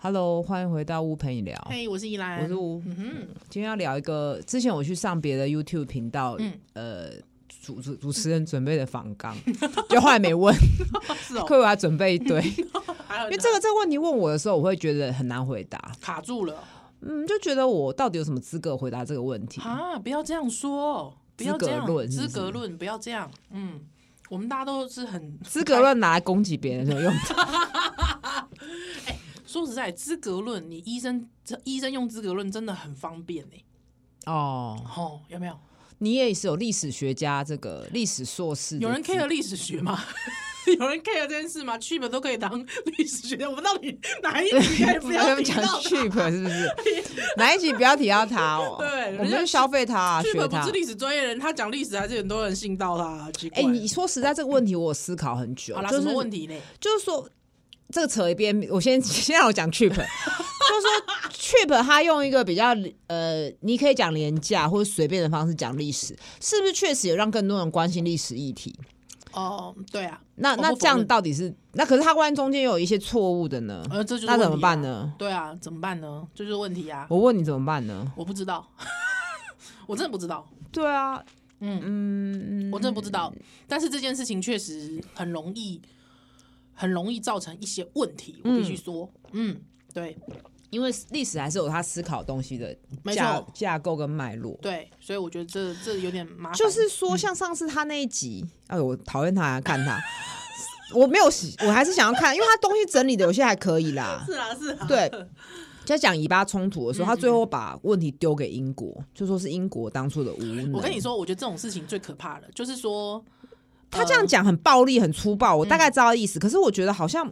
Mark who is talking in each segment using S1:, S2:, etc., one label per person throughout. S1: Hello，欢迎回到乌陪你聊，
S2: 嘿、我是依兰，
S1: 哦我是乌。
S2: 嗯哼，
S1: 今天要聊一个，之前我去上别的 YouTube 频道，
S2: 嗯
S1: 呃，主主主持人准备的访纲， 就后来没问，
S2: 是 哦，
S1: 亏我还准备一 堆，因
S2: 还有
S1: 为这个这个问题问我的时候，我会觉得很难回答，
S2: 卡住了
S1: 嗯，就觉得我到底有什么资格回答这个问题？
S2: 啊！不要这样说，不要这
S1: 资
S2: 样
S1: 格论是不
S2: 资
S1: 是
S2: 格论，不要这样。嗯，我们大家都是很
S1: 资格。论拿来攻击别人有用？
S2: 说实在，资格论，你医生这医生用资格论真的很方便呢、
S1: 哦，
S2: 哦，有没有？
S1: 你也是有历史学家这个历史硕士的资，
S2: 有人 care 历史学吗？ 有人 care 这件事吗 c h e p 都可以当历史学家，我们到底哪 一集可以不
S1: 我
S2: 要
S1: 们
S2: 提
S1: 讲
S2: 到
S1: cheap 是不 是？哪一集不要提到他哦？
S2: 对
S1: 我们
S2: 人
S1: 就
S2: 家
S1: 消费他、啊，
S2: c
S1: 学
S2: h 不
S1: 他
S2: 是。历史专业人，他讲历史还是很多人信到他，奇怪。
S1: 哎、你说实在这个问题，我思考很久
S2: 好，啦，
S1: 就
S2: 什么问
S1: 是
S2: 题呢？
S1: 就是说，这个扯一边，我先 先让我讲 cheap，就是说 cheap 他用一个比较呃，你可以讲廉价或者随便的方式讲历史，是不是确实有让更多人关心历史议题？
S2: 哦，对啊，
S1: 那
S2: 我不
S1: 那这样
S2: 否认
S1: 到底是那可是他关中间有一些错误的呢，
S2: 呃，这就是、
S1: 那怎么办？呢？
S2: 对啊，怎么办呢？这就是问题啊！我
S1: 我问你怎么办呢？
S2: 不知道， 我真的不知道，
S1: 对啊，嗯
S2: 我真的不知道。但是这件事情确实很容易，很容易造成一些问题，我必须说，嗯对
S1: 因为历史还是有他思考东西的
S2: 没
S1: 架
S2: 错
S1: 架构跟脉络。
S2: 对，所以我觉得这这有点麻烦，
S1: 就是说，
S2: 嗯
S1: 像上次他那一集，哎呦，我讨厌他，看他， 我没有喜，我还是想要看，因为他东西整理的有些还可以啦。
S2: 是啊是啊，
S1: 对，在讲以巴冲突的
S2: 嗯
S1: 时候，他最后把问题丢给英国，就说是英国当初的无能。
S2: 嗯我跟你，说，我觉得这种事情最可怕的就是说，
S1: 他这样讲很暴力、很粗暴，我
S2: 嗯
S1: 大概知道意思，可是我觉得好像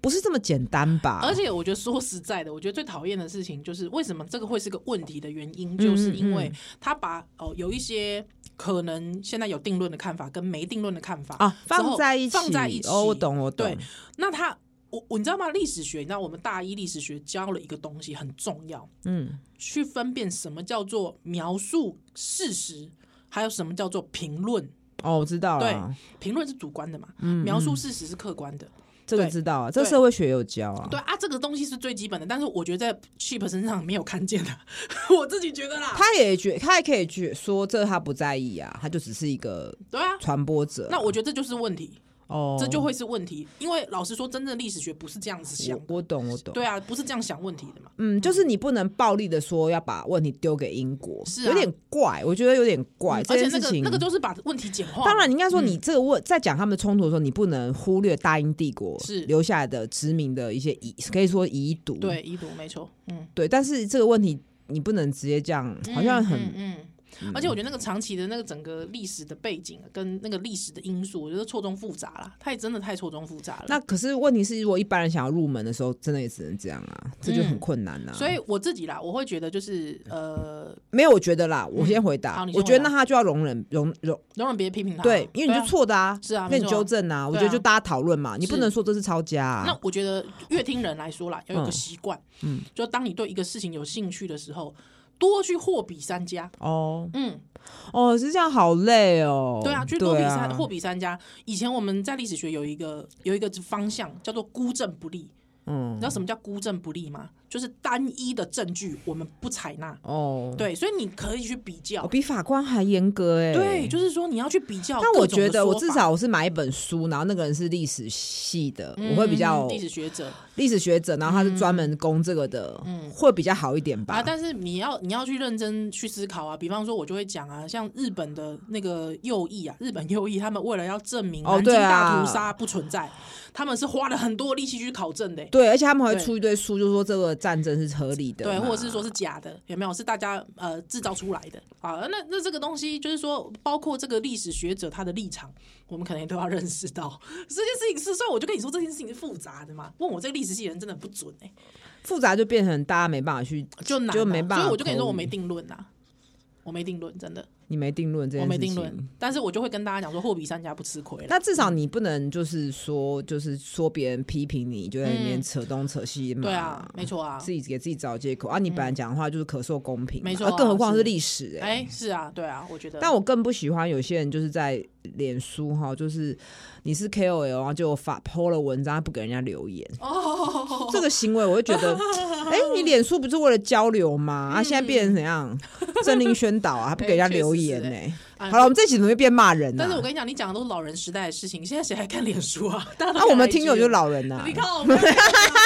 S1: 不是这么简单吧。
S2: 而且我觉得说实在的，我觉得最讨厌的事情就是为什么这个会是个问题的原因，就是因
S1: 嗯
S2: 为他把哦有一些可能现在有定论的看法跟没定论的看法
S1: 啊，
S2: 之后
S1: 放在一起，
S2: 放在一起，
S1: 哦，我。懂，我懂。
S2: 对那他我我你知道吗？历史学，你知道我们大一历史学教了一个东西很重要，
S1: 嗯，
S2: 去分辨什么叫做描述事实，还有什么叫做评论。
S1: 哦，我知道了，
S2: 评论是主观的嘛，
S1: 嗯
S2: 描述事实是客观的。
S1: 这个
S2: 对
S1: 知道啊，这
S2: 对
S1: 社会学有教啊。
S2: 对啊，这个东西是最基本的，但是我觉得在 Cheap 身上没有看见的， 我自己觉得啦。
S1: 他也觉，他也可以觉说这他不在意啊，他就只是一个
S2: 对啊，
S1: 传播者。
S2: 那我觉得这就是问题，
S1: 哦，
S2: 这就会是问题，因为老实说，真正历史学不是这样子想
S1: 我我懂我懂。
S2: 对啊，不是这样想问题的嘛。
S1: 嗯，就是你不能暴力的说要把问题丢给英国，
S2: 是啊嗯
S1: 有点怪，我觉得有点怪、
S2: 而
S1: 这
S2: 且
S1: 件
S2: 那
S1: 事
S2: 个
S1: 情。
S2: 那个嗯就是把问题简化嘛。
S1: 当然，你应该说你这个问、在讲他们的冲突的时候，你不能忽略大英帝国
S2: 是
S1: 留下来的殖民的一些遗，可以说遗毒。
S2: 对，遗毒没错，嗯，
S1: 对，但是这个问题你不能直接这样，好像很、
S2: 嗯嗯嗯而且我觉得那个长期的那个整个历史的背景跟那个历史的因素，我觉得错综复杂啦，它也真的太错综复杂了。
S1: 那可是问题是，如果一般人想要入门的时候，真的也只能这样啊，这就很困难啊。
S2: 嗯所以我自己啦，我会觉得就是呃，
S1: 没有，我觉得啦，我先回答，
S2: 嗯好你先
S1: 我觉得
S2: 回
S1: 那
S2: 答
S1: 他就要容忍容容，
S2: 容忍别人批评他，
S1: 对，因为你
S2: 啊
S1: 就错的啊，
S2: 是啊，
S1: 那
S2: 没
S1: 你
S2: 错啊
S1: 纠正啊，我
S2: 对
S1: 觉
S2: 啊
S1: 得就大家讨论嘛，你不
S2: 是
S1: 能说这是抄家啊。
S2: 那我觉得乐听人来说啦，要有个
S1: 嗯
S2: 习惯，
S1: 嗯
S2: 嗯，就当你对一个事情有兴趣的时候，多去货比三家。
S1: 哦
S2: 嗯，
S1: 哦，是这样，好累哦。
S2: 对啊，去多比三
S1: 对啊
S2: 货比三家。以前我们在历史学有一个有一个方向叫做孤证不立，你
S1: 嗯
S2: 知道什么叫孤证不立吗？就是单一的证据我们不采纳。
S1: 哦，
S2: 对，啊所以你可以去比
S1: 我
S2: 较，
S1: 比法官还严格哎。
S2: 对，。就是说你要去比较各
S1: 但
S2: 种的说法。
S1: 我觉得，我至少我是买一本书，然后那个人是历史系的，我会比较
S2: 嗯历史学者
S1: 历史学者，然后他是专门攻这个的，会比较好一点
S2: 嗯啊，
S1: 吧。
S2: 但是你要你要去认真去思考啊。比方说，我就会讲啊，像日本的那个右翼啊，日本右翼他们为了要证明
S1: 哦
S2: 南京
S1: 对啊
S2: 大屠杀不存在，他们是花了很多力气去考证的欸、
S1: 对，而且他们还会
S2: 对
S1: 出一堆书，就说这个战争是合理的嘛，
S2: 对，或者是说是假的，有没有？是大家呃制造出来的啊？那那这个东西就是说，包括这个历史学者他的立场，我们可能也都要认识到这件事情是。所以我就跟你说，这件事情是复杂的嘛。问我这个历史系人真的不准哎、
S1: 复杂就变成大家没办法去
S2: 就难啊、
S1: 就没办法
S2: 所以我就跟你说，
S1: 口
S2: 我
S1: 语
S2: 没定论呐、啊我没定论，真的
S1: 你没定论这
S2: 我
S1: 件事
S2: 没
S1: 情。
S2: 定论，但是我就会跟大家讲说，货比三家不吃亏了。
S1: 那至少你不能就是说，就是说别人批评你，就在那边
S2: 嗯
S1: 扯东扯西嘛。
S2: 对啊，没错啊
S1: 自，己给自己找借口啊！你本来讲的话就是可受公平嘛，
S2: 没错
S1: 而
S2: 啊
S1: 更何况是
S2: 是
S1: 历史哎、
S2: 哎、是啊，对啊，我觉得。
S1: 但我更不喜欢有些人就是在脸书哈，就是你是 KOL，然后就发 PO 了文章不给人家留言，
S2: 哦，
S1: 这个行为我会觉 得，哎、你脸书不是为了交流吗？啊，现在变成怎样？
S2: 嗯
S1: 政令宣导啊，还不给人 家留言呢、
S2: 哎
S1: 好了，我们这期怎么会变骂人呢、
S2: 但是我
S1: 啊？
S2: 跟你讲，你讲的都是老人时代的事情，现在谁还看脸书啊？那
S1: 那、我们听友就是老人呐、啊
S2: 你看我们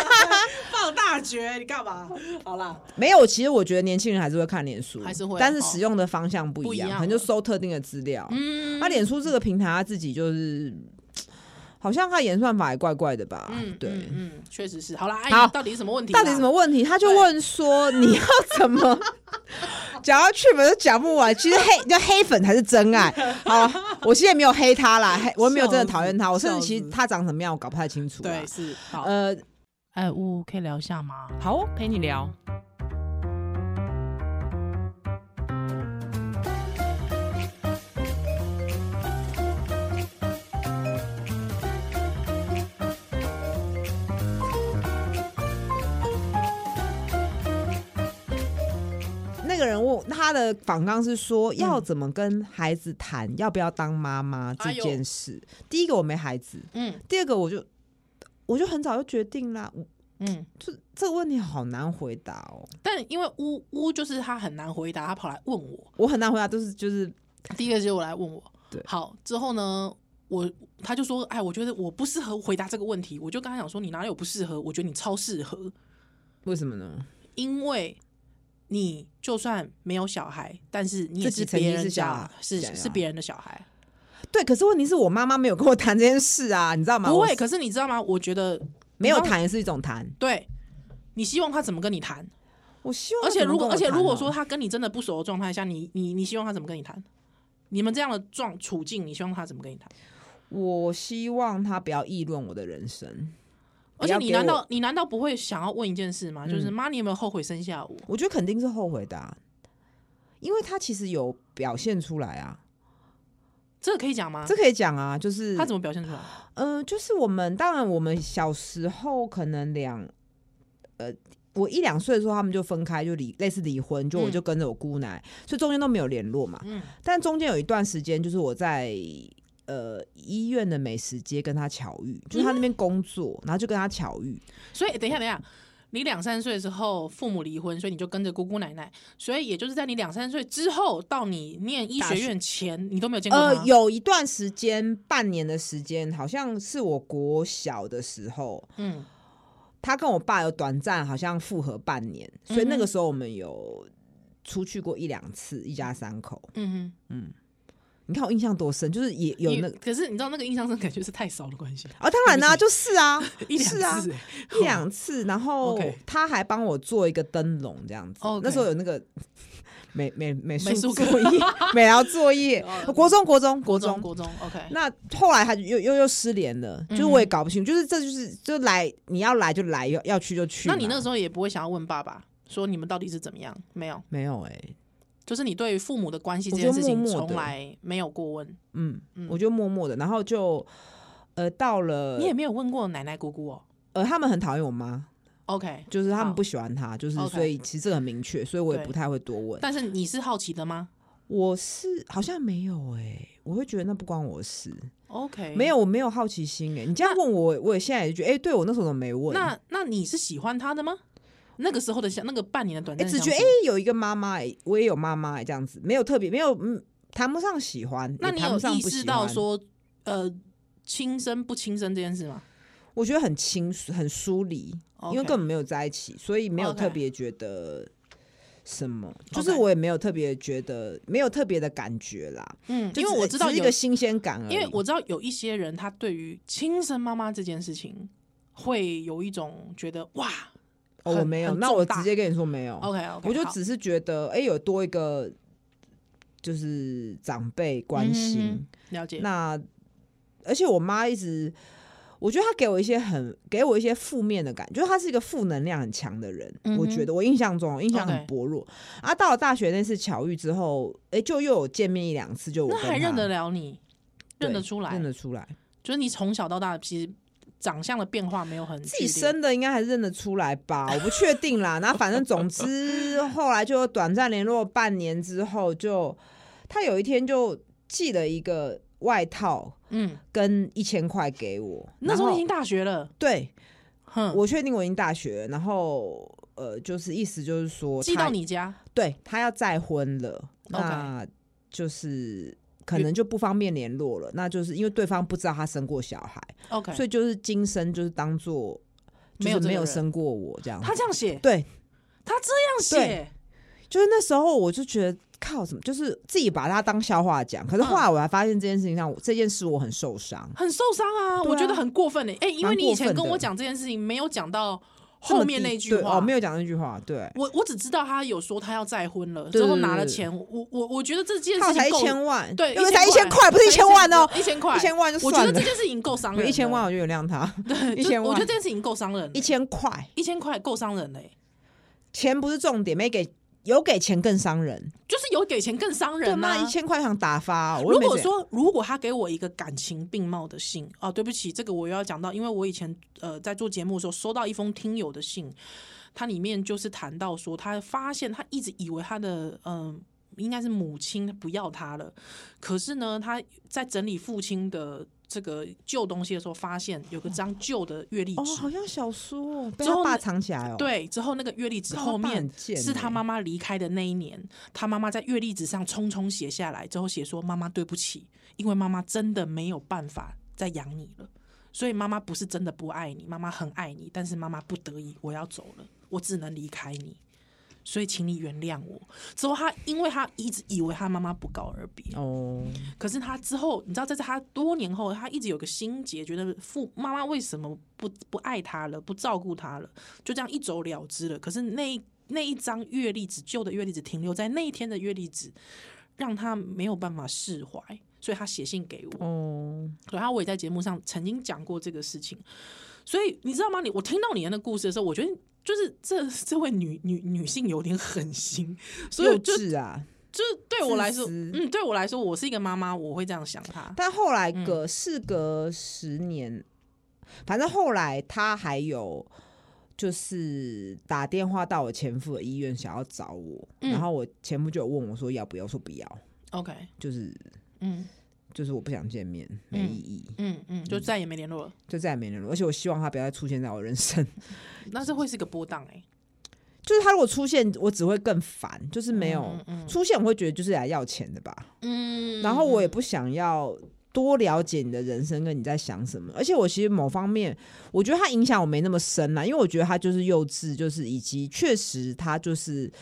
S2: 放大绝，你干嘛？好啦，
S1: 没有，其实我觉得年轻人还是会看脸书，
S2: 还是会
S1: 但是
S2: 哦
S1: 使用的方向不
S2: 不
S1: 一
S2: 一
S1: 样，
S2: 样
S1: 可能就搜特定的资料。
S2: 嗯
S1: 那脸书这个平台，它自己就是，好像它演算法也怪怪的吧？
S2: 嗯，
S1: 对。
S2: 嗯，嗯确实是。好啦，
S1: 好
S2: 哎，到底是什么问题啦？
S1: 到底什么问题？他就问说你要怎么 讲到去本都讲不完。其实黑就黑粉才是真 爱。好，我其实也没有黑他啦，黑我也没有真的讨厌他，我甚至其实他长什么样我搞不太清楚啦。
S2: 对，是好。
S1: 啊呃，
S2: 哎，呜，可以聊一下吗？
S1: 好，陪你聊。那个人问他的访纲是
S2: 嗯
S1: 说，要怎么跟孩子谈、要不要当妈妈这
S2: 哎呦
S1: 件事。第一个我没孩子，
S2: 嗯
S1: 第二个我就我就很早就决定啦，
S2: 嗯，
S1: 这这个问题好难回答哦，
S2: 但因为呜呜，就是他很难回答，他跑来问我。
S1: 我很难回答，就是就是
S2: 第一个就是我来问我，
S1: 对
S2: 好之后呢，我他就说，哎，我觉得我不适合回答这个问题。我就跟他讲说，你哪有不适合？我觉得你超适合，
S1: 为什么呢？
S2: 因为你就算没有小孩，但是你也
S1: 自己
S2: 是
S1: 曾经
S2: 别人
S1: 是小
S2: 家
S1: 孩啊
S2: 是
S1: 小孩
S2: 是别人的小孩。
S1: 对，可是问题是我妈妈没有跟我谈这件事啊， 你知道吗？
S2: 不
S1: 我
S2: 会，可是你知道吗？我觉得
S1: 没有谈也是一种谈。
S2: 对。你希望他怎么跟你谈？
S1: 我希望
S2: 而且
S1: 他怎么
S2: 如
S1: 跟
S2: 果
S1: 我
S2: 而且
S1: 谈
S2: 如果
S1: 哦
S2: 说他跟你真的不熟的状态下，你你你希望他怎么跟你谈？你们这样的状处境，你希望他怎么跟你谈？
S1: 我希望他不要议论我的人生，
S2: 而
S1: 不
S2: 且
S1: 要
S2: 你
S1: 给
S2: 难
S1: 我嗯
S2: 道你难道不会想要问一件事吗？就是妈，你有没有后悔生下我？
S1: 我觉得肯定是后悔的啊、因为他其实有表现出来啊，
S2: 这个可以讲吗
S1: 这？可以讲啊，就是
S2: 他怎么表现出来？
S1: 嗯，就是我们当然我们小时候可能两，呃，我一两岁的时候他们就分开，就离类似离婚，就我
S2: 嗯
S1: 就跟着我姑奶，所以中间都没有联络嘛。
S2: 嗯
S1: 但中间有一段时间，就是我在呃医院的美食街跟他巧遇，就是他那
S2: 嗯
S1: 边工作，然后就跟他巧遇。
S2: 所以等一下，等一下，你两三岁的时候父母离婚，所以你就跟着姑姑奶奶，所以也就是在你两三岁之后到你念医学院前，你都没有见过
S1: 呃
S2: 他。，
S1: 有一段时间，半年的时间，好像是我国小的时候，
S2: 嗯
S1: 他跟我爸有短暂好像复合半年，所以那
S2: 嗯
S1: 个
S2: 哼
S1: 时候我们有出去过一两次，一家三口。
S2: 嗯
S1: 你看我印象多深，就是也
S2: 哼，
S1: 有那
S2: 因为可是你知道那个印象深感觉是太少的关系，
S1: 啊，当然啦、就是啊，
S2: 一两
S1: 是啊，
S2: 次、欸，
S1: 一两次，然后
S2: OK
S1: 他还帮我做一个灯笼这样子。
S2: OK
S1: 那时候有那个美美美
S2: 美
S1: 术
S2: 术
S1: 作
S2: 课
S1: 业、美疗作业，
S2: 哦
S1: 哎国中国中国
S2: 国中
S1: 中。
S2: 国中 OK，
S1: 那后来他又又又失联了，就是
S2: 嗯
S1: 我也搞不清楚，就是这就是就来你要来就来，要要去就去嘛。
S2: 那你那时候也不会想要问爸爸说你们到底是怎么样？没有，
S1: 没有哎、
S2: 就是你对于父母的关系这
S1: 我
S2: 件
S1: 就
S2: 事情
S1: 默默地
S2: 从来没有过问，
S1: 嗯，
S2: 嗯
S1: 我就默默的，然后就呃到了
S2: 你，也没有问过奶奶姑姑哦。
S1: 呃他们很讨厌我妈，
S2: OK，
S1: 就是他们
S2: 好
S1: 不喜欢她，就是
S2: OK
S1: 所以其实这个很明确，所以我也
S2: 对
S1: 不太会多问。
S2: 但是你是好奇的吗
S1: 我是好像没有哎、我会觉得那不关我的事，
S2: ？OK，
S1: 没有，我没有好奇心哎、你这样问我，我也现在也觉得，哎、对我那时候怎么没问？
S2: 那那你是喜欢他的吗？那个时候的相，那个半年的短
S1: 哎、
S2: 暂
S1: 只
S2: 相处，
S1: 觉得哎、有一个妈妈哎，我也有妈妈哎，这样子没有特别，没有嗯，谈不上喜欢，
S2: 那
S1: 也
S2: 你
S1: 谈
S2: 有
S1: 不上
S2: 意
S1: 不
S2: 识
S1: 喜
S2: 到
S1: 欢，
S2: 说，呃，亲生不亲生这件事吗？
S1: 我觉得很清很疏离因为
S2: OK
S1: 根本没有在一起，所以没有
S2: OK
S1: 特别觉得什么就是
S2: OK
S1: 我也没有特别觉得，没有特别的感觉啦，
S2: 嗯，
S1: 就
S2: 因为
S1: 只
S2: 我
S1: 只
S2: 知道
S1: 是一
S2: 有
S1: 个，新鲜感而已，
S2: 因为我知道有一些人，他对于亲生妈妈这件事情，会有一种觉得哇
S1: 哦我
S2: 很
S1: 没有，
S2: 很
S1: 那
S2: 重
S1: 我
S2: 大
S1: 直接跟你说没有
S2: ，OK OK，
S1: 哦我就只是觉得，哎、有多一个就是长辈关心。
S2: 嗯了解，
S1: 那而且我妈一直，我觉得他给我一些很给我一些负面的感觉，就是他是一个负能量很强的人。
S2: 嗯哼
S1: 我觉得我印象中，我印象
S2: OK
S1: 很薄弱。啊，到了大学那次巧遇之后，哎、就又有见面一两次，就我
S2: 那
S1: 跟
S2: 还
S1: 他
S2: 认得了你，
S1: 对
S2: 认得出来
S1: 认，得出来，
S2: 就是你从小到大其实长相的变化没有很
S1: 自己
S2: 剧烈
S1: 生的应该还是认得出来吧，我不确定啦。那反正总之后来就短暂联络半年之后就，他有一天就寄了一个外套
S2: 嗯，
S1: 跟一千块给我，
S2: 那时候
S1: 然后
S2: 你已经大学了，
S1: 对
S2: 哼，
S1: 我确定我已经大学了，然后呃，就是意思就是说
S2: 寄
S1: 他
S2: 到你家，
S1: 对他要再婚了，那就是可能就不方便联络了。那就是因为对方不知道他生过小孩，
S2: OK，
S1: 所以就是今生就是当做就
S2: 没有
S1: 是
S2: 这个
S1: 没有
S2: 人
S1: 生过我这样子。
S2: 他这样写，
S1: 对，
S2: 他这样写，
S1: 就是那时候我就觉得。靠什么？就是自己把它当笑话讲。
S2: 嗯
S1: 可是后来我才发现这件事情上，我这件事我很受伤。
S2: 很受伤啊，
S1: 对啊
S2: 我觉得很过分嘞、哎、因为
S1: 蛮
S2: 你以
S1: 过
S2: 前
S1: 分
S2: 跟
S1: 的
S2: 我讲这件事情，没有讲到
S1: 这么
S2: 后面
S1: 低
S2: 那句
S1: 对
S2: 话，
S1: 哦，没有讲那句话，对，
S2: 我我只知道他有说他要再婚了，
S1: 对
S2: 之后
S1: 对对
S2: 拿了
S1: 对
S2: 钱，我我我觉得这件
S1: 靠
S2: 事
S1: 才
S2: 情
S1: 一
S2: 够，
S1: 千万，
S2: 对，
S1: 因为才一千块，不
S2: 才
S1: 是一千万哦，
S2: 一千块，
S1: 一千万就
S2: 我觉
S1: 算
S2: 得
S1: 了
S2: 这。件事情够伤人
S1: 有
S2: 了，
S1: 一千万我就原谅他，
S2: 对，
S1: 一千万
S2: 我觉得这件事情够伤人了，
S1: 一千块
S2: 一千块够伤人嘞、欸
S1: 钱不是重点，没给有给钱更伤人。
S2: 就是有给钱更伤
S1: 对
S2: 人啊
S1: 妈，
S2: 呐、
S1: 一千块想打发哦，我
S2: 如
S1: 又没
S2: 果
S1: 怎样
S2: 说，如果他给我一个感情并茂的信，哦，对不起，这个我又要讲到，因为我以前呃在做节目的时候收到一封听友的信，它里面就是谈到说，他发现他一直以为他的嗯。应该是母亲不要他了，可是呢，他在整理父亲的这个旧东西的时候，发现有个张旧的阅历
S1: 哦，
S2: 纸，
S1: 好像小说哦被
S2: 之后
S1: 他爸
S2: 呢
S1: 藏起来哦，，
S2: 对，之后那个阅历纸
S1: 靠
S2: 后
S1: 他爸
S2: 面
S1: 很贱
S2: 是
S1: 欸
S2: 他妈妈离开的那一年，他妈妈在阅历纸上匆匆写下来，之后写说：“妈妈对不起，因为妈妈真的没有办法再养你了，所以妈妈不是真的不爱你，妈妈很爱你，但是妈妈不得已，我要走了，我只能离开你。”所以，请你原谅我。之后，他因为他一直以为他妈妈不告而别，
S1: 哦，
S2: 可是他之后，你知道，在他多年后，他一直有个心结，觉得父妈妈为什么不不爱他了，不照顾他了，就这样一走了之了。可是那一那一张阅历纸，旧的阅历纸停留在那一天的阅历纸，让他没有办法释怀，所以他写信给我。
S1: 哦，
S2: 然后我也在节目上曾经讲过这个事情，所以你知道吗？你我听到你的那故事的时候，我觉得就是这 这位女女女性有点狠心，所以我
S1: 幼
S2: 就
S1: 稚啊！
S2: 就是对我来说，
S1: 自私
S2: 嗯，对我来说，我是一个妈妈，我会这样想她。
S1: 但后来
S2: 嗯
S1: 隔事隔十年，反正后来他还有就是打电话到我前夫的医院想要找我，
S2: 嗯
S1: 然后我前夫就有问我说要不要，我说不要，
S2: OK，
S1: 就是
S2: 嗯
S1: 就是我不想见面，没
S2: 嗯
S1: 意义，
S2: 嗯嗯，就再也没联络了。
S1: 就再也没联络。而且我希望他不要再出现在我人生。
S2: 那这会是个波荡哎、
S1: 就是他如果出现，我只会更烦，就是没有、
S2: 嗯嗯
S1: 出现，我会觉得就是来要钱的吧。
S2: 嗯
S1: 然后我也不想要多了解你的人生跟你在想什么，而且我其实某方面，我觉得他影响我没那么深啦，因为我觉得他就是幼稚，就是以及确实他就是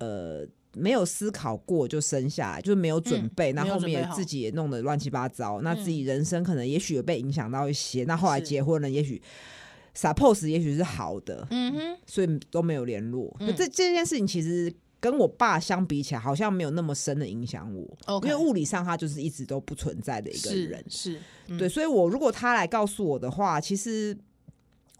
S1: 呃。没有思考过就生下来，就是没有准备，
S2: 嗯
S1: 那、
S2: 没有
S1: 后
S2: 准备
S1: 面也
S2: 好
S1: 自己也弄得乱七八糟，那
S2: 嗯
S1: 自己人生可能也许有被影响到一些，那后来
S2: 是
S1: 结婚了，也许 suppose 也许是好的，
S2: 嗯哼，
S1: 所以都没有联络。
S2: 嗯
S1: 就这这件事情其实跟我爸相比起来，好像没有那么深的影响我
S2: OK
S1: 因为物理上他就是一直都不存在的一个
S2: 是
S1: 人。
S2: 是，嗯
S1: 对，所以我如果他来告诉我的话，其实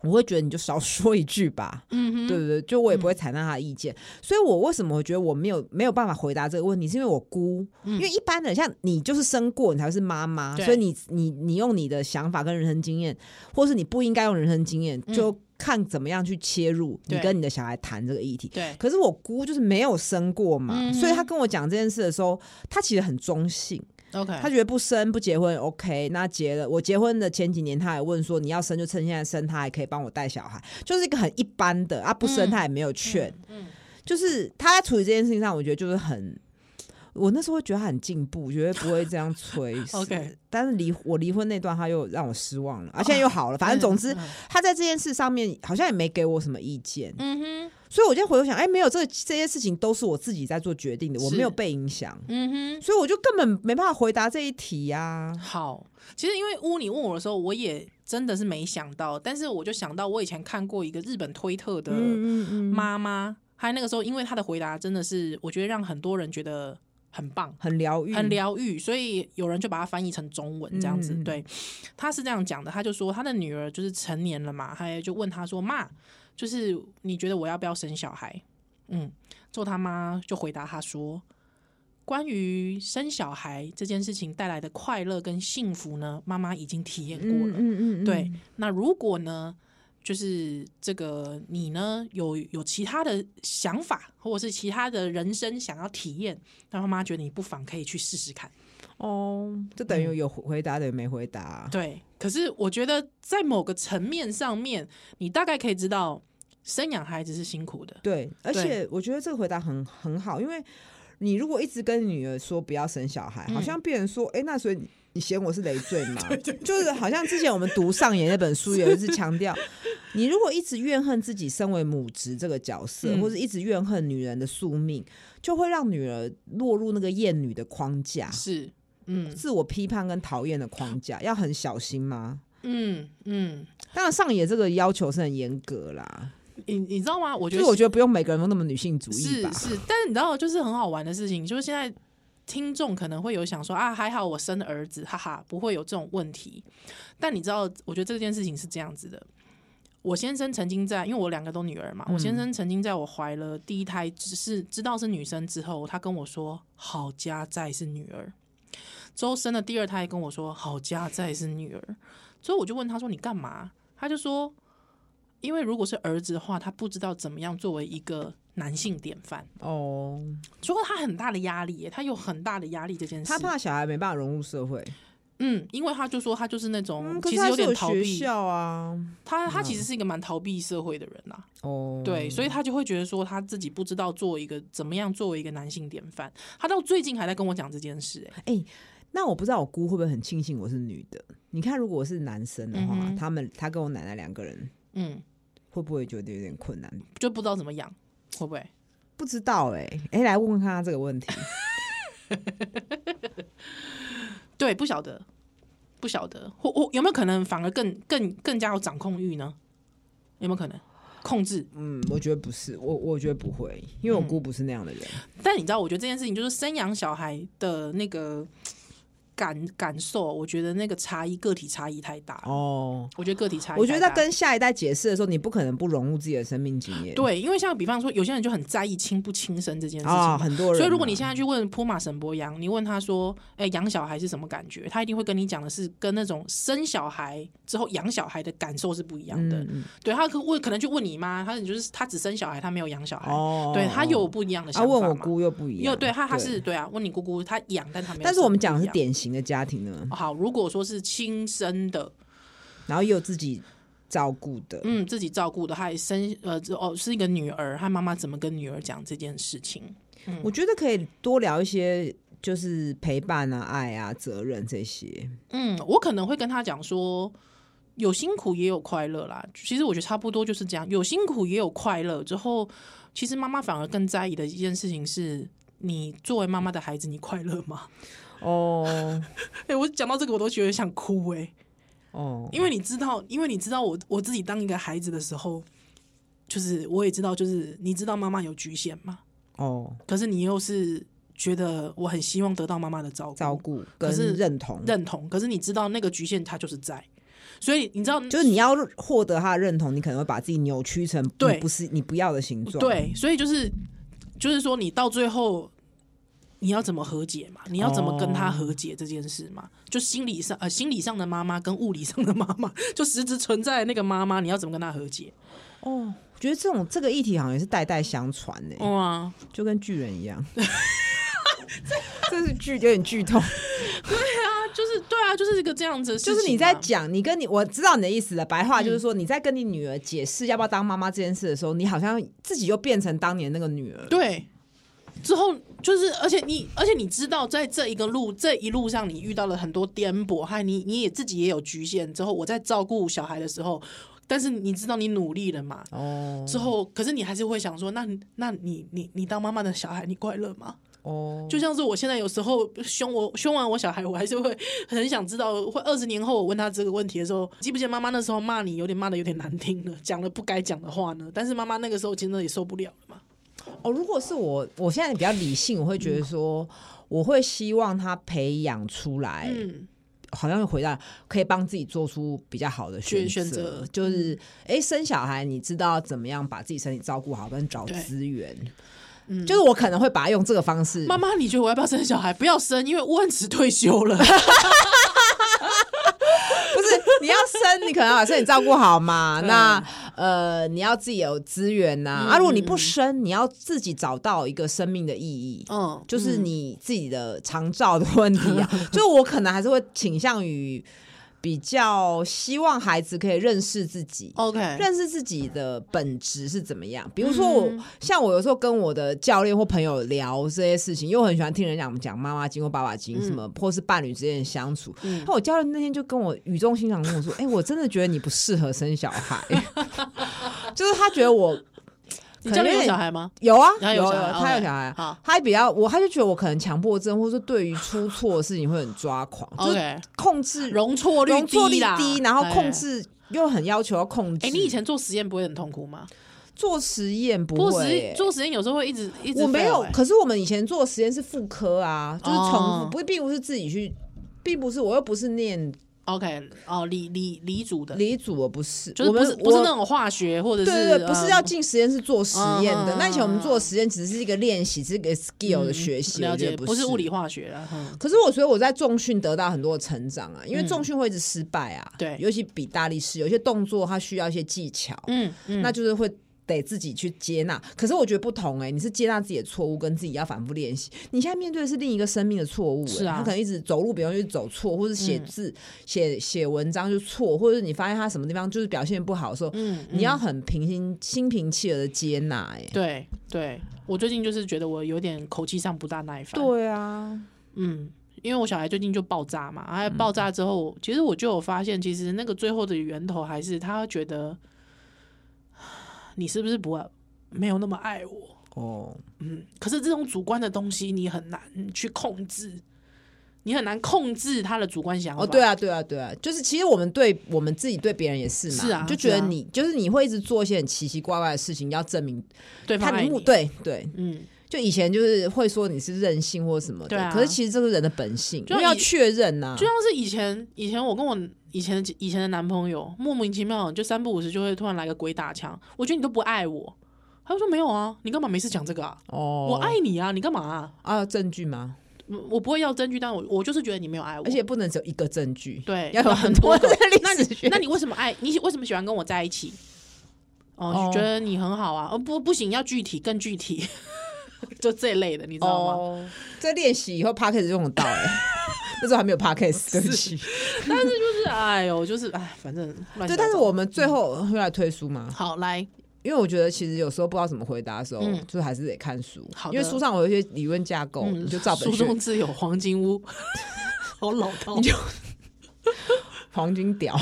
S1: 我会觉得你就少 说一句吧。
S2: 嗯哼，
S1: 对不对？就我也不会采纳他的意见，所以我为什么我觉得我没有没有办法回答这个问题，是因为我姑，
S2: 嗯
S1: 因为一般的像你就是生过，你才会是妈妈，
S2: 对
S1: 所以你你你用你的想法跟人生经验，或是你不应该用人生经验，
S2: 嗯
S1: 就看怎么样去切入你
S2: 对
S1: 跟你的小孩谈这个议题。
S2: 对，
S1: 可是我姑就是没有生过嘛，
S2: 嗯哼
S1: 所以她跟我讲这件事的时候，她其实很中性，
S2: OK，
S1: 她觉得不生不结婚 OK。那结了，我结婚的前几年，她还问说你要生就趁现在生，她还可以帮我带小孩，就是一个很一般的啊，不生
S2: 嗯
S1: 她也没有劝，
S2: 嗯，嗯，
S1: 就是她在处理这件事情上，我觉得就是很。我那时候会觉得她很进步，觉得不会这样催死。
S2: OK
S1: 但是离我离婚那段，她又让我失望了，而、啊、现在又好了。反正
S2: 嗯
S1: 总之，
S2: 嗯
S1: 她在这件事上面好像也没给我什么意见。
S2: 嗯哼，
S1: 所以我就回头想，哎、没有这这些事情都是我自己在做决定的，我
S2: 是
S1: 没有被影响，
S2: 嗯
S1: 所以我就根本没办法回答这一题啊呀、
S2: 哼，好。其实因为乌你问我的时候，我也真的是没想到，但是我就想到我以前看过一个日本推特的
S1: 嗯嗯嗯，
S2: 妈妈，还有那个时候，因为她的回答真的是，我觉得让很多人觉得很棒。
S1: 很疗愈，
S2: 很疗愈，所以有人就把它翻译成中文这样子。
S1: 嗯嗯嗯
S2: 对，他是这样讲的，他就说他的女儿就是成年了嘛，他就问他说：“妈，就是你觉得我要不要生小孩？”嗯，之后他妈就回答他说：“关于生小孩这件事情带来的快乐跟幸福呢，妈妈已经体验过
S1: 嗯
S2: 了。
S1: 嗯嗯，
S2: 对，那如果呢，就是这个你呢有有其他的想法，或者是其他的人生想要体验，那妈妈觉得你不妨可以去试试看。
S1: 哦，嗯这等于有回答，等于没回答。
S2: 对，可是我觉得在某个层面上面，你大概可以知道生养孩子是辛苦的。
S1: 对，而且我觉得这个回答很很好，因为你如果一直跟女儿说不要生小孩，好像别人说，哎、那所以你你嫌我是累赘 嘛？就是好像之前我们读上野那本书有一次强 调，你如果一直怨恨自己身为母职这个角色，
S2: 嗯
S1: 或者一直怨恨女人的宿命，就会让女儿落入那个厌女的框架。
S2: 是，嗯
S1: 自我批判跟讨厌的框架要很小心吗？
S2: 嗯嗯，
S1: 当然，上野这个要求是很严格啦，
S2: 你你知道吗？我觉
S1: 就
S2: 得
S1: 是我觉得不用每个人都那么女性主义
S2: 是
S1: 吧。
S2: 是，但是你知道，就是很好玩的事情，就是现在听众可能会有想说啊，还好我生儿子，哈哈，不会有这种问题。但你知道，我觉得这件事情是这样子的。我先生曾经在，因为我两个都女儿嘛，我
S1: 嗯
S2: 先生曾经在我怀了第一胎，只是知道是女生之后，他跟我说好家在是女儿。之后生了第二胎，跟我说好家在是女儿，所以我就问他说你干嘛？他就说，因为如果是儿子的话，他不知道怎么样作为一个男性典范，
S1: 哦，
S2: 所以他很大的压力耶，他有很大的压力这件事。
S1: 他怕小孩没办法融入社会，
S2: 嗯，因为他就说他就是那种、
S1: 嗯，可
S2: 其
S1: 是他
S2: 实
S1: 是
S2: 有点
S1: 有
S2: 逃
S1: 学
S2: 避，
S1: 校啊，
S2: 他他其实是一个蛮逃避社会的人呐、
S1: 哦，
S2: 对，所以他就会觉得说他自己不知道做一个怎么样作为一个男性典范。他到最近还在跟我讲这件事，哎，
S1: 那我不知道我姑会不会很庆幸我是女的。你看，如果我是男生的话，
S2: 嗯哼
S1: 他们他跟我奶奶两个人
S2: 嗯，
S1: 会不会觉得有点困难？
S2: 就不知道怎么养，会不会？
S1: 不知道哎、欸，哎、来问问看他这个问题。
S2: 对，不晓得，不晓得，或或有没有可能反而更更更加有掌控欲呢？有没有可能控制？
S1: 嗯，我觉得不是，我我觉得不会，因为
S2: 嗯
S1: 我姑不是那样的人。
S2: 但你知道，我觉得这件事情就是生养小孩的那个感感受，我觉得那个差异个体差异太大。了。
S1: 哦，
S2: 我觉得个体差异太大，
S1: 我觉得在跟下一代解释的时候，你不可能不融入自己的生命经验。
S2: 对，因为像比方说，有些人就很在意亲不亲生这件事情
S1: 啊、
S2: 嘛。
S1: 很多人嘛。
S2: 所以，如果你现在去问普马沈博洋，你问他说：“哎、养小孩是什么感觉？”他一定会跟你讲的是跟那种生小孩之后养小孩的感受是不一样的。
S1: 嗯嗯
S2: 对他可问可能去问你妈，他就是他只生小孩，他没有养小孩，
S1: 哦，
S2: 哎对他有
S1: 哦
S2: 不一样的
S1: 啊，
S2: 想法
S1: 问
S2: 嘛？
S1: 我姑又不一
S2: 因为
S1: 样。
S2: 对他他是对啊，问你姑姑他养，但他没有生。
S1: 但是我们讲的
S2: 不一
S1: 是
S2: 样
S1: 典型的家庭呢，
S2: 好，如果说是亲生的，
S1: 然后也有自己照顾的，
S2: 嗯，自己照顾的，还生呃这哦是一个女儿，他妈妈怎么跟女儿讲这件事情？
S1: 我觉得可以多聊一些，就是陪伴啊、爱啊、责任这 些。
S2: 嗯，我可能会跟他讲说，有辛苦也有快乐啦。其实我觉得差不多就是这样，有辛苦也有快乐。之后，其实妈妈反而更在意的一件事情是。你作为妈妈的孩子，你快乐吗？
S1: 哦
S2: 哎、我讲到这个我都觉得想哭哎、
S1: 哦，
S2: 因为你知道，因为你知道我我自己当一个孩子的时候，就是我也知道，就是你知道妈妈有局限嘛，
S1: 哦，
S2: 可是你又是觉得我很希望得到妈妈的照顾
S1: 照顾跟
S2: 可是
S1: 认同，
S2: 认同，可是你知道那个局限它就是在，所以你知道
S1: 就是你要获得他的认同，你可能会把自己扭曲成不
S2: 对
S1: 不是你不要的形状。
S2: 对，所以就是就是说你到最后。你要怎么和解嘛？你要怎么跟他和解这件事嘛？就心理上呃，心理上的妈妈跟物理上的妈妈，就实质存在的那个妈妈，你要怎么跟她和解？
S1: 哦，我觉得这种这个议题好像也是代代相传呢、
S2: 哦啊，
S1: 就跟巨人一 样。这是剧有点剧痛，
S2: 就是对啊，就是一个这样子的事情
S1: 就
S2: 嘛，
S1: 是你在讲你跟你我知道你的意思了。白话就是说你在跟你女儿解释要不要当妈妈这件事的时候，你好像自己又变成当年那个女儿。
S2: 对，之后就是，而且你，而且你知道，在这一个路这一路上，你遇到了很多颠簸，还你你也自己也有局限。之后我在照顾小孩的时候，但是你知道你努力了嘛？
S1: 哦
S2: 之后，可是你还是会想说，那你那你你你当妈妈的小孩，你快乐吗？
S1: 哦，
S2: 就像是我现在有时候凶我凶完我小孩，我还是会 很想知道，会二十年后我问他这个问题的时候，记不记得妈妈那时候骂你有点骂的有点难听了，讲了不该讲的话呢？但是妈妈那个时候真的也受不了了嘛。
S1: 哦，如果是我，我现在比较理性，我会觉得说，我会希望他培养出来，
S2: 嗯，
S1: 好像又回到可以帮自己做出比较好的选
S2: 选选
S1: 择
S2: 择，嗯
S1: 就是哎、诶生小孩，你知道怎么样把自己身体照顾好，跟找
S2: 对嗯
S1: 资源。就是我可能会把它用这个方式，
S2: 妈妈，你觉得我要不要生小孩？不要生，因为我很迟退 休了。
S1: 不是你要生，你可能要把身体照顾好 嘛。那呃，你要自己有资源
S2: 嗯
S1: 呐、啊。如果你不生，你要自己找到一个生命的意义。
S2: 嗯，
S1: 就是你自己的长照的问题 啊。就我可能还是会倾向于比较希望孩子可以认识自己。
S2: OK，
S1: 认识自己的本质是怎么样？比如说我，
S2: 嗯
S1: 像我有时候跟我的教练或朋友聊这些事情，因为我很喜欢听人讲讲妈妈经或爸爸经什么，
S2: 嗯
S1: 或是伴侣之间的相处。那我教练那天就跟我语重心长地跟我说：“哎、我真的觉得你不适合生小孩， 就是他觉得我
S2: 你家
S1: 可能
S2: 里
S1: 有
S2: 有
S1: 点
S2: 小孩吗？
S1: 有啊，
S2: 他
S1: 有
S2: 有小孩
S1: 他有
S2: OK，
S1: 小孩，啊
S2: 好
S1: 他比较我，他就觉得我可能强迫症，或者说对于出错的事情会很抓狂， 就是
S2: ，OK，
S1: 控制
S2: 容错率
S1: 容错率
S2: 啦
S1: 低，然后控。
S2: 哎
S1: 制又很要求要控制。
S2: 哎，你以前做实验不会很痛苦吗？
S1: 做实验不
S2: 做
S1: 会
S2: 实
S1: 欸、
S2: 验做实验有时候会一直一直
S1: 我没有
S2: fail，哎，
S1: 可是我们以前做实验是副科啊，就是重复
S2: 哦，
S1: 不并不是自己去。并不是，我又不是念
S2: OK 哦，理理理组的，
S1: 理组，我不是，
S2: 就是
S1: 我
S2: 不
S1: 们
S2: 是不是
S1: 我
S2: 那种化学或者是
S1: 对对对，不
S2: 呃
S1: 是要进实验室做实验的。
S2: 嗯嗯
S1: 那以前我们
S2: 嗯
S1: 做实验只是一个练习，是一个 skill 的学习，
S2: 了
S1: 我觉得
S2: 解，不
S1: 是
S2: 是物理化学
S1: 啊
S2: 了。嗯
S1: 可是我所以我在重训得到很多的成长啊，因为重训会一直失败啊，
S2: 对
S1: 尤其比大力士，有些动作它需要一些技巧，
S2: 嗯嗯，
S1: 那就是会。得自己去接纳，可是我觉得不同哎、你是接纳自己的错误，跟自己要反复练习。你现在面对的是另一个生命的错误、欸，
S2: 是啊嗯
S1: 他可能一直走路，比方就走错，或是写字、写写、文章就错，或者你发现他什么地方就是表现不好的时候，
S2: 嗯
S1: 你要很平心心平气和的接纳哎、
S2: 对对，我最近就是觉得我有点口气上不大耐烦。
S1: 对啊，
S2: 嗯，因为我小孩最近就爆炸嘛，哎，爆炸之后，其实我就有发现，其实那个最后的源头还是他觉得你是不是不爱没有那么爱我？
S1: 哦，
S2: 嗯，可是这种主观的东西你很难去控制，你很难控制他的主观想法。
S1: 哦，对啊，对啊，对啊，就是其实我们对我们自己对别人也是嘛，
S2: 是啊
S1: 就觉得
S2: 是啊
S1: 你就是你会一直做一些很奇奇怪怪的事情，要证明
S2: 对方
S1: 他
S2: 爱
S1: 的目
S2: 你，
S1: 对对，
S2: 嗯，
S1: 就以前就是会说你是任性或什么的，
S2: 对啊
S1: 可是其实这是人的本性，
S2: 就
S1: 因
S2: 像
S1: 为要
S2: 以
S1: 确认呐、
S2: 就像是以前以前我跟我以前的以前的男朋友，莫名其妙就三不五时就会突然来个鬼打墙，我觉得你都不爱我。他就说没有啊，你干嘛没事讲这个啊？
S1: 哦，
S2: 我爱你啊，你干嘛、啊？
S1: 啊，证据吗？
S2: 嗯我不会要证据，但我我就是觉得你没有爱我，
S1: 而且不能只有一个证据，
S2: 对
S1: 要有
S2: 要
S1: 很
S2: 很
S1: 多
S2: 多
S1: 的
S2: 种那
S1: 历史
S2: 你
S1: 学
S2: 那你为什么爱你喜？为什么喜 欢跟我在一起？哦，
S1: 哦
S2: 就觉得你很好啊！哦，不不行，要具体，更具体， 就这类的，你知道吗？
S1: 哦，这练习以后 p a c k a s 用得到哎、 那时候还没有 p a c k a s 对不起，
S2: 但是就是哎呦，就是哎，反正乱
S1: 对，
S2: 七八糟
S1: 但是我们最后会来推书吗？
S2: 好来，
S1: 因为我觉得其实有时候不知道怎么回答的时候，
S2: 嗯
S1: 就还是得看书。
S2: 好的嗯
S1: 因为书上我有一些理论架构， 你就照本
S2: 书
S1: 宣
S2: 中自有黄金屋， 好老套。
S1: 黄金 屌，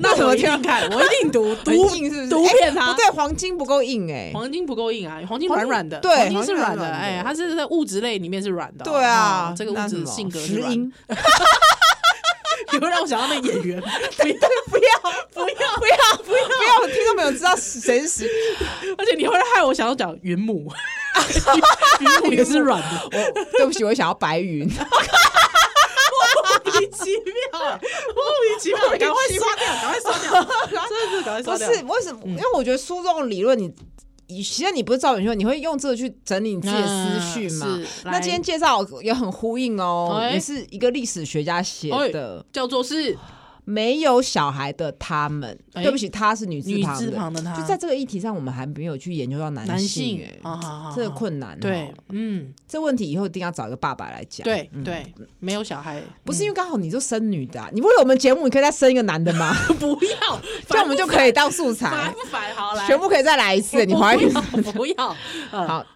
S2: 那
S1: 怎么
S2: 我一
S1: 听
S2: 定看？ 我一定读
S1: 很
S2: 读
S1: 硬是不是？
S2: 读
S1: 哎
S2: 遍它
S1: 不。对，黄金不够硬哎、
S2: 黄金不够硬啊，黄金
S1: 黄
S2: 软
S1: 金
S2: 软的，
S1: 对
S2: 黄金
S1: 黄
S2: 是
S1: 金
S2: 软
S1: 软
S2: 的，
S1: 软的
S2: 哎，它是在物质类里面是软的哦。
S1: 对啊
S2: 哦，这个
S1: 那什
S2: 物质
S1: 么
S2: 性格是
S1: 石
S2: 软 的
S1: 英，
S2: 你会让我想到那 个演员，不要
S1: 不要不
S2: 不要，
S1: 要不要不要！我听众朋友知道是谁是谁，
S2: 而且你会害我想要讲云母， 云云母也是软的，
S1: 我对不起，我想要白 云。
S2: 莫名其妙， 莫名其妙，赶快刷掉，赶快刷 掉，真的是嗯赶快
S1: 不
S2: 刷
S1: 是
S2: 掉。
S1: 为什么？因为我觉得书中的理论你。你其实你不是照本宣科，你会用这个去整理你自己的思绪嘛？
S2: 嗯是
S1: 那
S2: 来
S1: 今天介绍也很呼应哦，
S2: 哎
S1: 也是一个历史学家写的。
S2: 叫做是
S1: 没有小孩的他们，
S2: 哎
S1: 对不起，他是女字
S2: 女
S1: 旁的，
S2: 字旁的她，
S1: 就在这个议题上，我们还没有去研究到男
S2: 男
S1: 性、
S2: 性
S1: 欸，
S2: 啊，好好好
S1: 这个困难、哦
S2: 对，，嗯，
S1: 这问题以后一定要找一个爸爸来讲。，
S2: 对对，没有小孩
S1: 不是因为刚好你就生女的啊、你为了我们节目，你可以再生一个男的 吗？
S2: 不要，
S1: 这样我们就可以当素
S2: 烦
S1: 材，
S2: 不烦？好来，
S1: 全部可以再来一次。你怀孕？
S2: 我不 要，好，
S1: 好。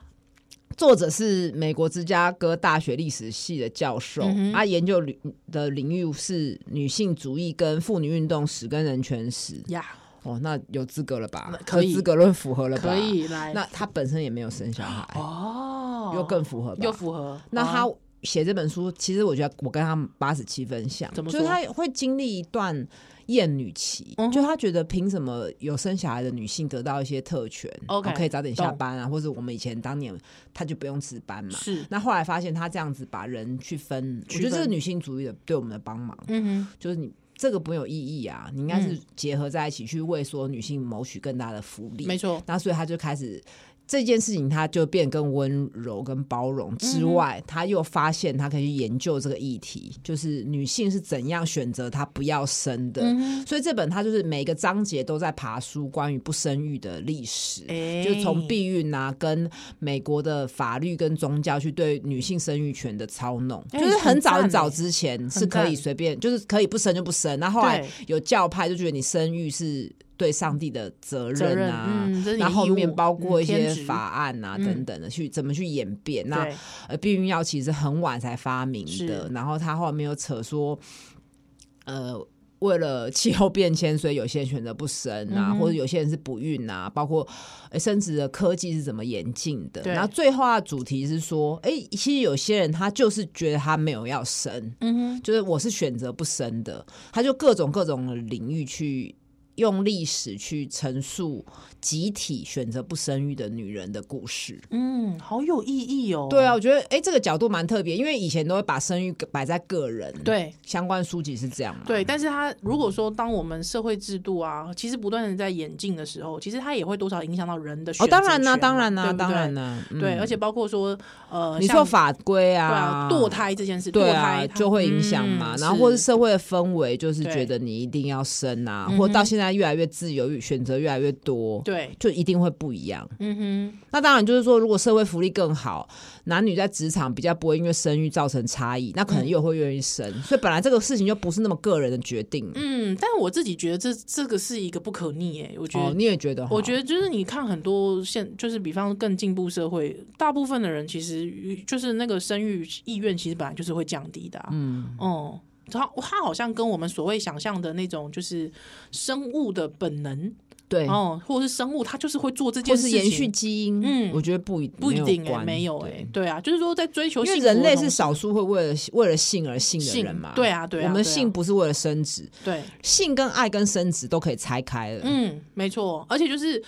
S1: 作者是美国芝加哥大学历史系的教授，
S2: 嗯哼
S1: 他研究领的领域是女性主义、跟妇女运动史、跟人权史。
S2: 呀，
S1: 哦，那有资格了吧
S2: 那？可以
S1: 有资格论符合了吧？
S2: 可。以来，
S1: 那他本身也没有生小孩，
S2: 哦，
S1: 又更符合吧？
S2: 又符合，
S1: 那他
S2: 哦
S1: 写这本书，其实我觉得我跟他八十七分像，
S2: 怎么
S1: 就是
S2: 说
S1: 他会经历一段厌女期，
S2: 嗯哼
S1: 就他觉得凭什么有生小孩的女性得到一些特权
S2: OK，
S1: 哦可以早点
S2: 懂
S1: 下班啊，或者我们以前当年她就不用值班嘛。
S2: 是，
S1: 那后来发现她这样子把人去分，我
S2: 区
S1: 觉得这是
S2: 分
S1: 女性主义的对我们的帮忙，
S2: 嗯哼，
S1: 就是你。这个没有意义啊！你应该
S2: 嗯
S1: 是结合在一起去为所有女性谋取更大的福利。
S2: 没错，
S1: 那所以他就开始这件事情，他就变更温柔跟包容
S2: 嗯
S1: 之外，他又发现他可以去研究这个议题，就是女性是怎样选择她不要生的。
S2: 嗯
S1: 所以这本他就是每个章节都在爬书关于不生育的历史。
S2: 哎
S1: 就从避孕啊，跟美国的法律跟宗教去对女性生育权的操弄，
S2: 哎
S1: 就是很早
S2: 很赞
S1: 很早
S2: 哎
S1: 之前是
S2: 很
S1: 可以
S2: 赞
S1: 随便，就是可以不生就不生。那后来
S2: 对
S1: 有教派就觉得你生育是对上帝的责
S2: 责
S1: 任
S2: 任，
S1: 啊，
S2: 嗯，这是你
S1: 那
S2: 的
S1: 后
S2: 义务
S1: 面包括一
S2: 嗯天
S1: 些
S2: 职
S1: 法案啊
S2: 嗯
S1: 等等的，去怎么去演变。那
S2: 对，
S1: 呃，避孕药其实很晚才发明的
S2: 是，
S1: 然后他后面又扯说，呃。为了气候变迁，所以有些人选择不生
S2: 嗯
S1: 啊，或者有些人是不孕啊，包括呃生殖的科技是怎么演进的。
S2: 对
S1: 然后最后的主题是说，哎、其实有些人他就是觉得他没有要生，
S2: 嗯
S1: 就是我是选择不生的，他就各种各种的领域去用历史去陈述集体选择不生育的女人的故事。
S2: 哼，嗯，好有意义哦，
S1: 对啊，，我觉得哎、诶这个角度蛮特别，因为以前都会把生育摆在个人，，
S2: 对，
S1: 相关书籍是这样嘛，
S2: 对，但是它如果说当我们社会制度啊，其实不断的在演进的时候，其实它也会多少影响到人的选
S1: 哦，
S2: 择权
S1: 当
S2: 嘛、
S1: 然啦、当然啦、
S2: 对不
S1: 当然
S2: 对
S1: 啦、嗯
S2: 啊对，而且包括说呃，
S1: 你
S2: 像
S1: 说法规
S2: 对啊
S1: 啊，，
S2: 堕。胎这件事，
S1: 对
S2: 堕
S1: 啊
S2: 胎，它
S1: 就会影响嘛，
S2: 嗯
S1: 然后或是
S2: 是
S1: 社会的氛围，就是
S2: 对
S1: 觉得你一定要生啊，
S2: 嗯
S1: 或到
S2: 哼
S1: 现在越来越自由，选择越来越多，
S2: 对，
S1: 就一定会不一样。
S2: 嗯
S1: 那当然就是说，如果社会福利更好，男女在职场比较不会因为生育造成差异，那可能又会愿意生。所以本来这个事情就不是那么个人的决定。
S2: 哼，嗯，但我自己觉得这这个是一个不可逆诶、我觉得
S1: 哦，你也觉得？
S2: 嗯我觉
S1: 得，
S2: 得就是你看很多现，就是比方更进步社会，大部分的人其实就是那个生育意愿其实本来就是会降低的、啊，嗯，哦、他他好像跟我们所谓想象的那种就是生物的本能
S1: 对，
S2: 哦，或者是生物它就是会做这
S1: 或
S2: 件事
S1: 是
S2: 情，
S1: 延续基因，
S2: 嗯
S1: 我觉得不一定
S2: 不一定哎、
S1: 哎、
S2: 没有哎、
S1: 哎、
S2: 对啊，就是说在追求
S1: 因为
S2: 幸福的
S1: 人类是
S2: 同
S1: 少数会为了为了性而性的
S2: 性
S1: 人嘛，
S2: 对啊对
S1: 我
S2: 啊
S1: 们
S2: 对啊
S1: 性不是为了生殖，
S2: 对，
S1: 性跟爱跟生殖都可以拆开了。
S2: 嗯，没错，而且就是。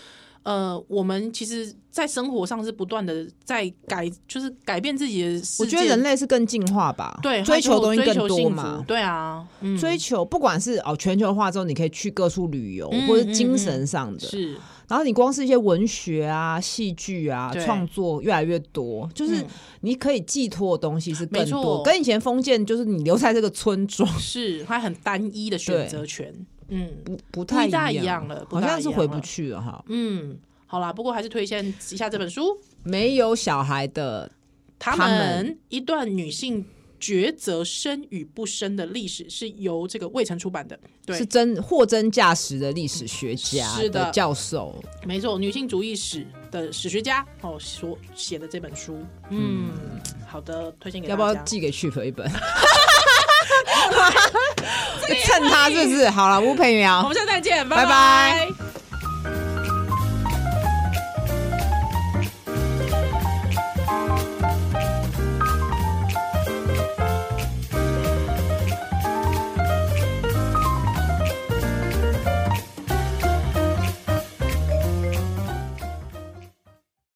S2: 呃，我们其实，在生活上是不断的在改，就是改变自己的世界。
S1: 我觉得人类是更进化吧，
S2: 对，
S1: 追求
S2: 他
S1: 的东西
S2: 就追
S1: 更
S2: 求
S1: 多
S2: 幸
S1: 嘛
S2: 福，对啊，嗯，
S1: 追求不管是哦全球化之后，你可以去各处旅游，
S2: 嗯
S1: 或者精神上的，
S2: 是
S1: 然后你光是一些文学啊、戏剧啊
S2: 对
S1: 创作越来越多，就是
S2: 嗯
S1: 你可以寄托的东西是更
S2: 没
S1: 多，
S2: 错
S1: 跟以前封建就是你留在这个村庄
S2: 是，它很单一的选择权，嗯
S1: 不不太
S2: 不大一
S1: 样
S2: 样了不
S1: 好
S2: 大
S1: 像是
S2: 一样
S1: 回不
S2: 了
S1: 去了哈。
S2: 嗯，好啦，不过还是推荐一下这本书，《
S1: 没有小孩的，
S2: 他
S1: 他们
S2: 们一段女性抉择生与不生的历史》，是由这个未曾出版的，对
S1: 是，真货真价实的历史学家
S2: 是的
S1: 教授，
S2: 没错，女性主义史的史学家哦所写的这本书，嗯，好的，推荐给
S1: 要
S2: 大
S1: 不
S2: 家。
S1: 要寄给去粉一 本？ 趁他是不是？好了，吴佩苗
S2: 我。们下次再见，
S1: 拜
S2: 拜
S1: 拜
S2: 拜